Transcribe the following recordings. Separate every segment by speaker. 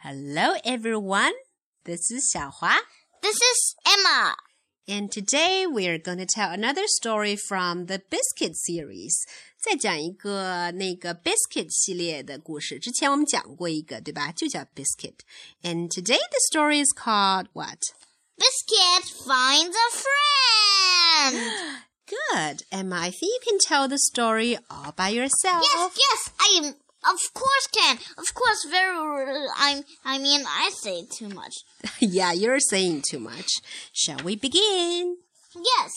Speaker 1: Hello, everyone. This is Xiaohua,
Speaker 2: This is Emma.
Speaker 1: and today we are going to tell another story from the Biscuit series. 再讲一个那个 Biscuit 系列的故事。之前我们讲过一个，对吧？就叫 Biscuit. And today the story is called what?
Speaker 2: This cat finds a friend.
Speaker 1: Good, Emma. I think you can tell the story all by yourself.
Speaker 2: Yes, yes, I am. Of course, can. Of course, very. I'm. I mean, I say too much.
Speaker 1: yeah, you're saying too much. Shall we begin?
Speaker 2: Yes.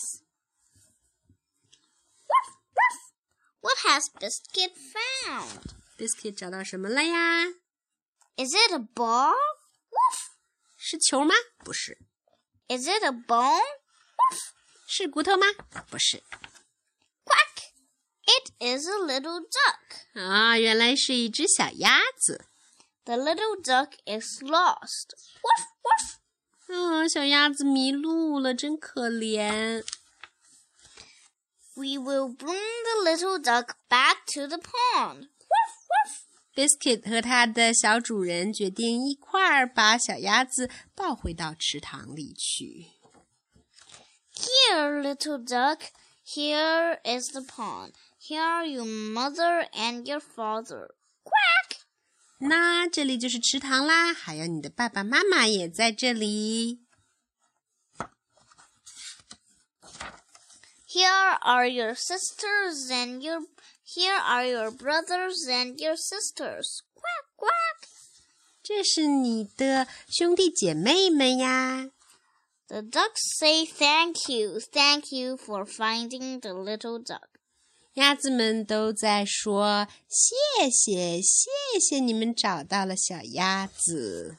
Speaker 2: Woof, woof. What has Biscuit found?
Speaker 1: Biscuit 找到什么了呀？
Speaker 2: Is it a ball? Woof.
Speaker 1: 是球吗？不是。
Speaker 2: Is it a bone?
Speaker 1: 是骨头吗？不是
Speaker 2: Quack! It is a little duck.
Speaker 1: 啊，原来是一只小鸭子。
Speaker 2: The little duck is lost. Woof, woof.
Speaker 1: 嗯、小鸭子迷路了，真可怜。
Speaker 2: We will bring the little duck back to the pond. Woof, woof.
Speaker 1: Biscuit 和它的小主人决定一块儿把小鸭子抱回到池塘里去。
Speaker 2: Here, little duck, here is the pond. Here are your mother and your father. Quack!
Speaker 1: 那这里就是池塘啦，还有你的爸爸妈妈也在这里。
Speaker 2: Here are your sisters and your here are your brothers and your sisters. Quack, quack.
Speaker 1: 这是你的兄弟姐妹们呀。
Speaker 2: The ducks say thank you, thank you for finding the little duck.
Speaker 1: 鸭子们都在说：“谢谢，谢谢你们找到了小鸭子。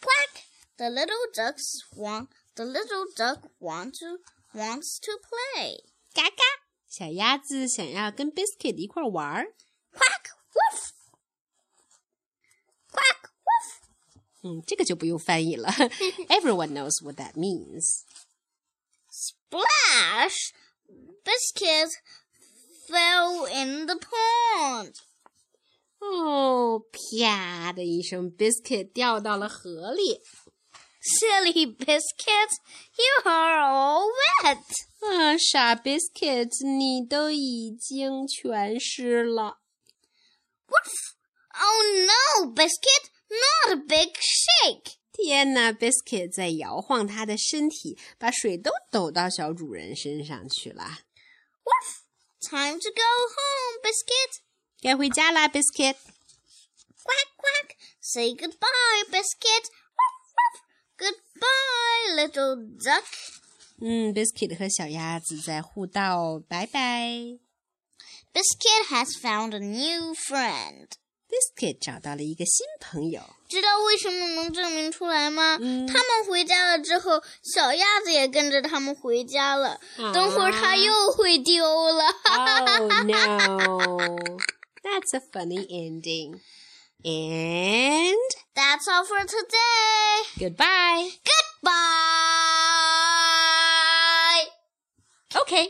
Speaker 2: Quack! The little ducks want the little duck want to wants to play. ”
Speaker 1: 嘎嘎，小鸭子想要跟 Biscuit 一块儿玩儿。
Speaker 2: Quack woof. Quack woof.
Speaker 1: 嗯，这个就不用翻译了。Everyone knows what that means.
Speaker 2: Splash! Biscuit fell in the pond.
Speaker 1: 哦，啪的一声，Biscuit 掉到了河里。
Speaker 2: Silly biscuit, you are all wet.
Speaker 1: 啊，傻 Biscuit，你都已经全湿了。
Speaker 2: Woof! Oh no, biscuit! Not a big shake.
Speaker 1: 天呐，Biscuit 在摇晃它的身体，把水都抖到小主人身上去了。
Speaker 2: Woof! Time to go home, biscuit.
Speaker 1: 该回家啦，Biscuit。
Speaker 2: Quack, quack. Say goodbye, biscuit. Woof, woof. Goodbye, little duck.
Speaker 1: 嗯，Biscuit 和小鸭子在互道拜拜。
Speaker 2: Biscuit has found a new friend.
Speaker 1: Biscuit 找到了一个新朋友。
Speaker 2: 知道为什么能证明出来吗？他们回家了之后，小鸭子也跟着他们回家了。
Speaker 1: 啊
Speaker 2: 等会儿它又会丢了。
Speaker 1: Oh no, that's a funny ending. And
Speaker 2: That's all for today.
Speaker 1: goodbye.
Speaker 2: Goodbye.
Speaker 1: Okay.